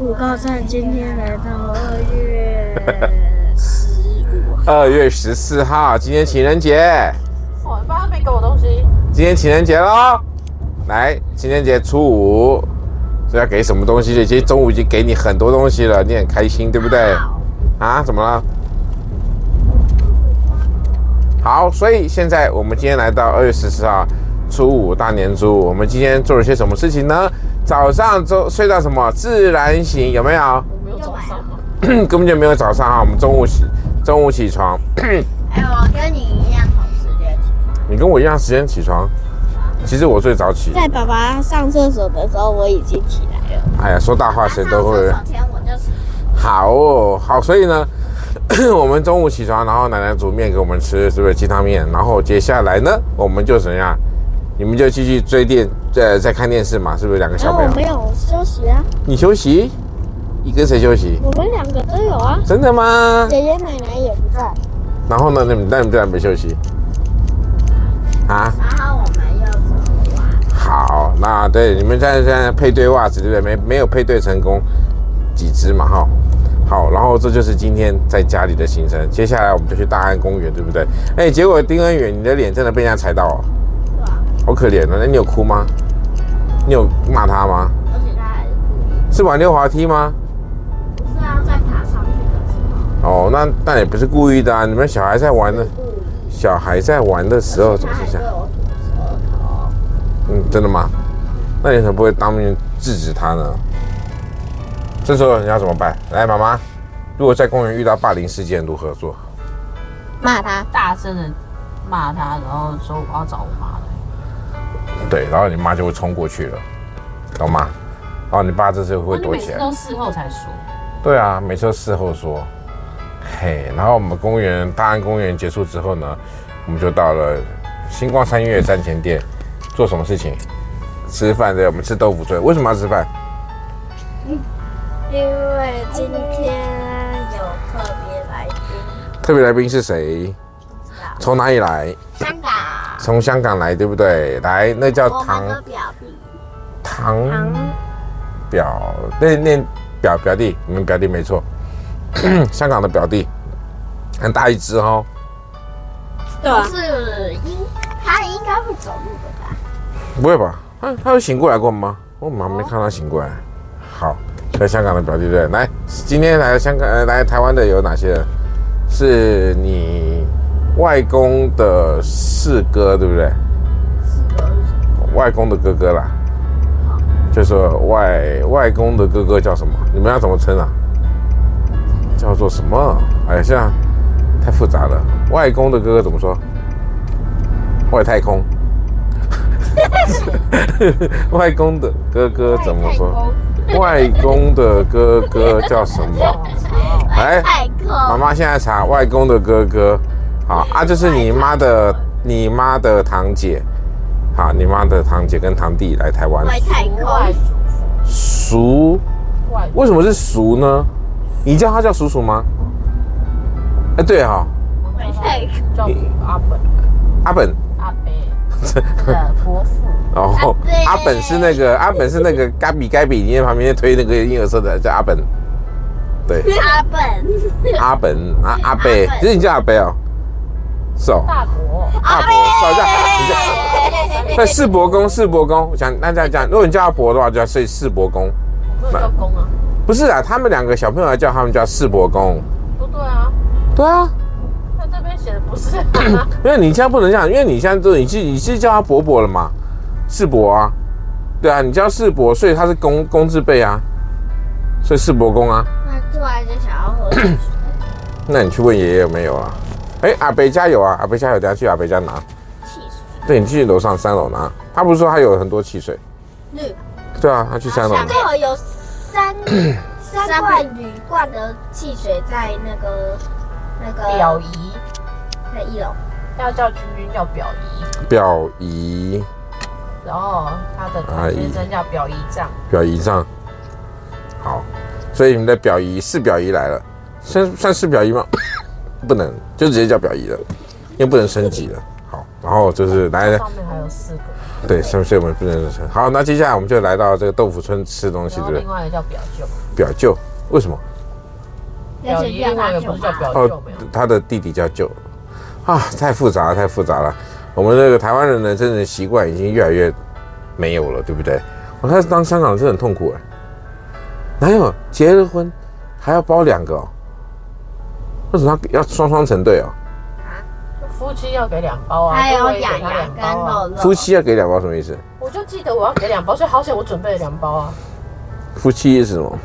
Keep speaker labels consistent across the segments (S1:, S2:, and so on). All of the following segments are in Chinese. S1: 五高赞，今天来到二月十五
S2: 二月十四号，今天情人节，
S3: 我爸没给我东西，
S2: 今天情人节喽！来，情人节初五，所以要给什么东西？其实中午已经给你很多东西了，你很开心，对不对？啊，怎么了？好，所以现在我们今天来到二月十四号，初五大年初五，我们今天做了些什么事情呢？早上就睡到什么自然醒，有没有？
S3: 我没有早上吗？
S2: 根本就没有早上啊，我们中午起，中午起床，
S1: 哎，我跟你一样同时间。
S2: 你跟我一样时间起床，其实我最早起。
S1: 在爸爸上厕所的时候，我已经起来了。
S2: 哎呀，说大话谁都会。
S1: 上厕所前我就起
S2: 好哦，好，所以呢， 我们中午起床，然后奶奶煮面给我们吃，是不是鸡汤面？然后接下来呢，我们就怎样？你们就继续追电，呃在在看电视嘛，是不是？两个小
S1: 然后
S2: 朋
S1: 哦我
S2: 友，
S1: 没有休息啊，
S2: 你休息，你跟谁休息？
S1: 我们两个都有啊。
S2: 真的吗？
S1: 姐姐奶奶也不在，
S2: 然后呢，你们那你们在哪边休息？啊？
S1: 然后我们又走完。
S2: 好，那对你们现在现在配对袜子对不对？没没有配对成功几只嘛哈。好，然后这就是今天在家里的行程。接下来我们就去大安公园，对不对？哎，结果丁恩远，你的脸真的被人家踩到、哦，
S1: 对啊，
S2: 好可怜哦。那你有哭吗？你有骂他吗？
S1: 而且他还是故意，
S2: 是玩溜滑梯吗？
S1: 不是要再爬上去的时候
S2: 哦，那那也不是故意的啊。你们小孩在玩的，
S1: 故意。
S2: 小孩在玩的时候总
S1: 他
S2: 是
S1: 还
S2: 这
S1: 对
S2: 样。
S1: 我吐舌头。
S2: 嗯，真的吗？那你怎么不会当面制止他呢？这时候你要怎么办？来，妈妈，如果在公园遇到霸凌事件，如何做？
S1: 骂他，
S3: 大声的骂他，然后说我要找我妈来。
S2: 对，然后你妈就会冲过去了，懂吗？然后你爸这次会
S3: 哦你
S2: 躲
S3: 每
S2: 起
S3: 次
S2: 来。
S3: 都事后才说，
S2: 对啊，每次都事后说。嘿，然后我们公园大安公园结束之后呢，我们就到了星光三月站前店，做什么事情？吃饭对，我们吃豆腐醉。为什么要吃饭？
S1: 因为今天有特别来宾，
S2: 特别来宾是谁？从哪里来？
S1: 香港，
S2: 从香港来，对不对？来，那叫
S1: 我
S2: 堂
S1: 们的表弟
S2: 堂
S1: 哦唐
S2: 表，那那表表弟，你们表弟没错， 香港的表弟，很大一只哦。
S1: 对、是应他应该会走路的吧？
S2: 不会吧？他他有醒过来过吗？我妈没看他醒过来。好，在香港的表弟对，来，今天来香港、呃、来台湾的有哪些人？是你外公的四哥对不对？外公的哥哥啦，就说外外公的哥哥叫什么？你们要怎么称啊？叫做什么？哎呀，这样太复杂了。外公的哥哥怎么说？外太空。 外公的哥哥怎么说？外公的哥哥叫什么？哎，
S1: 太酷，
S2: 妈妈现在查外公的哥哥，好啊，就是你妈的，你妈的堂姐，好，你妈的堂姐跟堂弟来台湾，
S1: 外太空，
S3: 外祖
S2: 叔，
S3: 外
S2: 为什么是叔呢？你叫他叫叔叔吗？哎，对哈、
S1: 外太空，
S3: 叫阿本
S2: 阿本，
S3: 阿贝的伯父，
S2: 哦
S1: 阿贝，
S2: 阿本是那个阿本是那个嘎比嘎比，你在旁边推那个婴儿车的叫阿本， 对，
S1: 阿本，
S2: 阿本啊阿贝，其实你叫阿贝哦，是哦，
S3: 大 伯
S2: 阿伯，哦这样你叫。对，世伯公，世伯公，我想大家讲，如果你叫他伯的话，就要睡世伯公。
S3: 不能叫公啊，
S2: 不是啊，他们两个小朋友还叫他们叫世伯公。
S3: 不对啊，
S2: 对啊，
S3: 他这边写的不 是啊，
S2: 因为你现在不能这样，因为你现在都你是你是叫他伯伯了嘛，世伯啊，对啊，你叫世伯，所以他是公公字辈啊，所以世伯公啊。
S1: 那突然就想要喝水，
S2: 那你去问爷爷有没有啊？哎，阿北家有啊，阿北家有，等下去阿北家拿。
S1: 汽水
S2: 对，你去楼上三楼拿。他不是说他有很多汽水？
S1: 绿，
S2: 对啊，他去三楼
S1: 上。
S2: 拿
S1: 面有有三三罐铝罐的汽水在那个那
S3: 表
S1: 个
S3: 姨
S1: 在一楼，
S3: 要叫君君叫表姨，
S2: 表姨，
S3: 然后他的
S2: 阿
S3: 堂
S2: 姨
S3: 先生叫表姨丈，
S2: 表姨丈，好，所以你们的表姨四表姨来了，算算四表姨吗？ 不能，就直接叫表姨了，因为不能升级了。好，然后就是来来
S3: 上面还有四个，
S2: 对，所以所以我们不能吃。好，那接下来我们就来到这个豆腐村吃东西，
S3: 然后
S2: 对不对
S3: 另？外一个叫表舅，
S2: 表舅，为什么？
S1: 那
S3: 表
S1: 就
S3: 姨
S1: 叫
S3: 另外
S1: 他
S3: 一个
S1: 舅
S3: 不是叫
S1: 妈。
S3: 表舅没有？
S2: 哦他的弟弟叫舅，啊，太复杂了，太复杂了。我们这个台湾人的真的习惯已经越来越没有了，对不对？我开始当香港人真的很痛苦哎、哪有结了婚还要包两个哦？为什么要要双双成对哦？
S3: 夫妻要给两包啊，
S1: 还
S3: 就
S1: 有
S3: 我也
S1: 雅
S3: 给他
S1: 雅
S3: 两
S1: 跟
S3: 包啊。
S1: 肉肉，
S2: 夫妻要给两包什么意思？
S3: 我就记得我要给两包，所以好险我准备了两包啊。
S2: 夫妻是什么？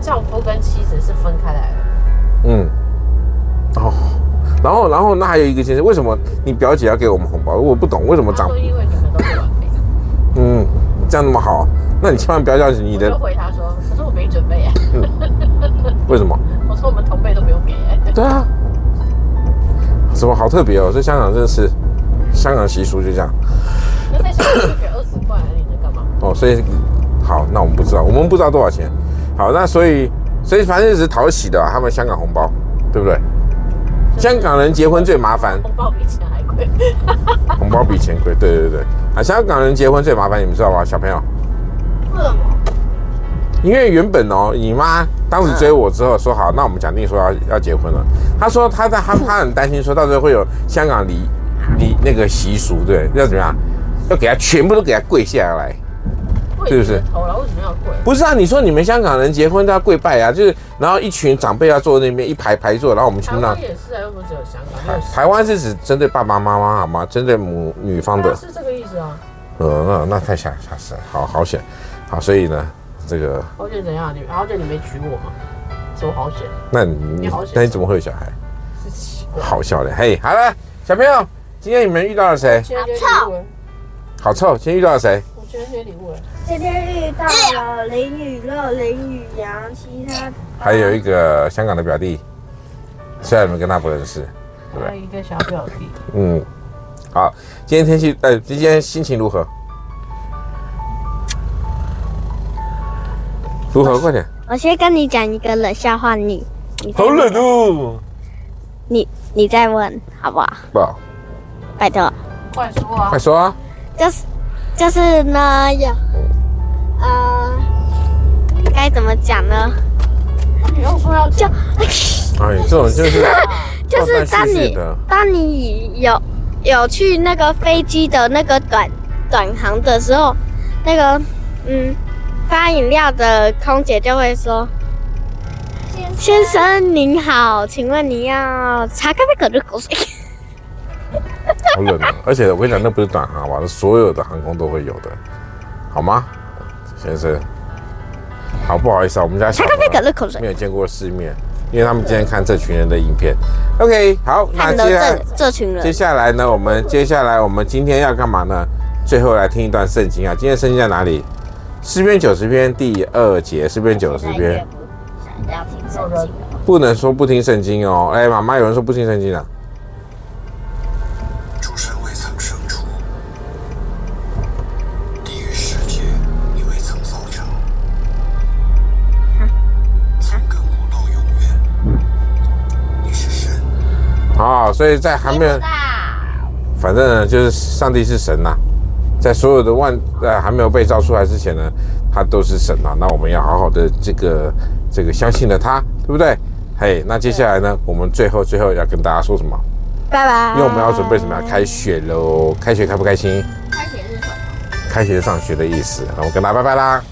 S3: 丈夫跟妻子是分开来的，
S2: 嗯，哦，然后然后那还有一个先生，为什么你表姐要给我们红包？我不懂为什么
S3: 他
S2: 长
S3: 说因为你们都不完美。
S2: 嗯这样那么好，那你千万不要叫你
S3: 我就
S2: 的
S3: 回他说，可是我没准备耶，
S2: 为什么？
S3: 我说我们同辈都没有给耶。
S2: 对啊，怎么好特别哦？这香港真的是香港习俗就这样
S3: 那在想就给二十块，你能干嘛？
S2: 哦，所以好，那我们不知道，我们不知道多少钱。好，那所以所以反正只是讨喜的啊、他们香港红包，对不对？香港人结婚最麻烦，
S3: 红包比钱还贵。
S2: 红包比钱贵，对对对。啊，香港人结婚最麻烦，你们知道吧，小朋友？
S1: 为什么？
S2: 因为原本哦，你妈当时追我之后说好，那我们讲定说要要结婚了。她说她在她她很担心，说到时候会有香港离离那个习俗，对，要怎么样？要给她全部都给她跪下来。 是不是
S3: 跪着头了？为什么要跪？
S2: 不是啊，你说你们香港人结婚都要跪拜啊，就是然后一群长辈要坐那边一排排坐，然后我们全
S3: 台
S2: 部那
S3: 湾。也是啊，又不是只有香港，没
S2: 台
S3: 有香
S2: 台湾是指针对爸爸妈妈好吗？针对母女方的
S3: 港，是这个意思啊。
S2: 呃，那那太吓吓死了，好好险，好，所以呢，这个，
S3: 好险怎样？啊你好险你没娶我嘛？说好险，
S2: 那你
S3: 你好险
S2: 那你怎么会有小孩？
S3: 是奇怪。
S2: 好笑的。嘿，好了，小朋友，今天你们遇到了谁？
S3: 今天缺礼物了，
S2: 好臭，今天遇到了谁？
S3: 我今天缺礼物了。
S1: 今天遇到了林雨乐、林雨阳，其他
S2: 还有一个香港的表弟，虽然你们跟他不认识，对
S3: 还有一个小表弟，
S2: 嗯，好，今天天气，呃，今天心情如何？如何？快点！
S4: 我先跟你讲一个冷笑话，你你再
S2: 好冷哦，
S4: 你你再问好不好？
S2: 不好，
S4: 拜托，
S3: 快说啊
S2: 快！说啊！
S4: 就是就是呢，有呃，该怎么讲呢？
S3: 你又说要
S4: 就
S2: 哎，这种 就是
S4: 就是
S2: 断断
S4: 当
S2: 续续
S4: 你
S2: 的，
S4: 当你有有去那个飞机的那个短短航的时候，那个嗯发饮料的空姐就会说
S1: 先
S4: 先生您好，请问您要茶咖啡、可乐、口水？
S2: 好冷哦。而且我跟你讲，那不是短航吧？是所有的航空都会有的，好吗，先生？好，不好意思啊，我们家小
S4: 茶咖啡、
S2: 朋友
S4: 可乐、口水
S2: 没。有见过世面，因为他们今天看这群人的影片。OK，好，那
S4: 看得
S2: 接下来
S4: 这这群
S2: 接
S4: 人，
S2: 下来呢，我们接下来我们今天要干嘛呢？最后来听一段圣经啊，今天圣经在哪里？诗篇九十篇第二节，诗篇九十
S4: 哎
S2: 篇，
S1: 想要听
S3: 有
S1: 圣
S3: 人
S1: 经了。
S2: 不能说不听圣经哦。哎，妈妈，有人说不听圣经啊了、
S5: 诸山未曾生出，地狱世界你未曾造成，从亘古到永远，你是神。
S2: 啊、所以在还没有，反正呢就是上帝是神呐、在所有的万呃还没有被造出来之前呢，他都是神呐、那我们要好好的这个这个相信了他，对不对？嘿，那接下来呢，我们最后最后要跟大家说什么？
S4: 拜拜。
S2: 因为我们要准备什么呀？开学喽！开学开不开心？
S1: 开学是什么？
S2: 开学上学的意思。那我跟大家拜拜啦。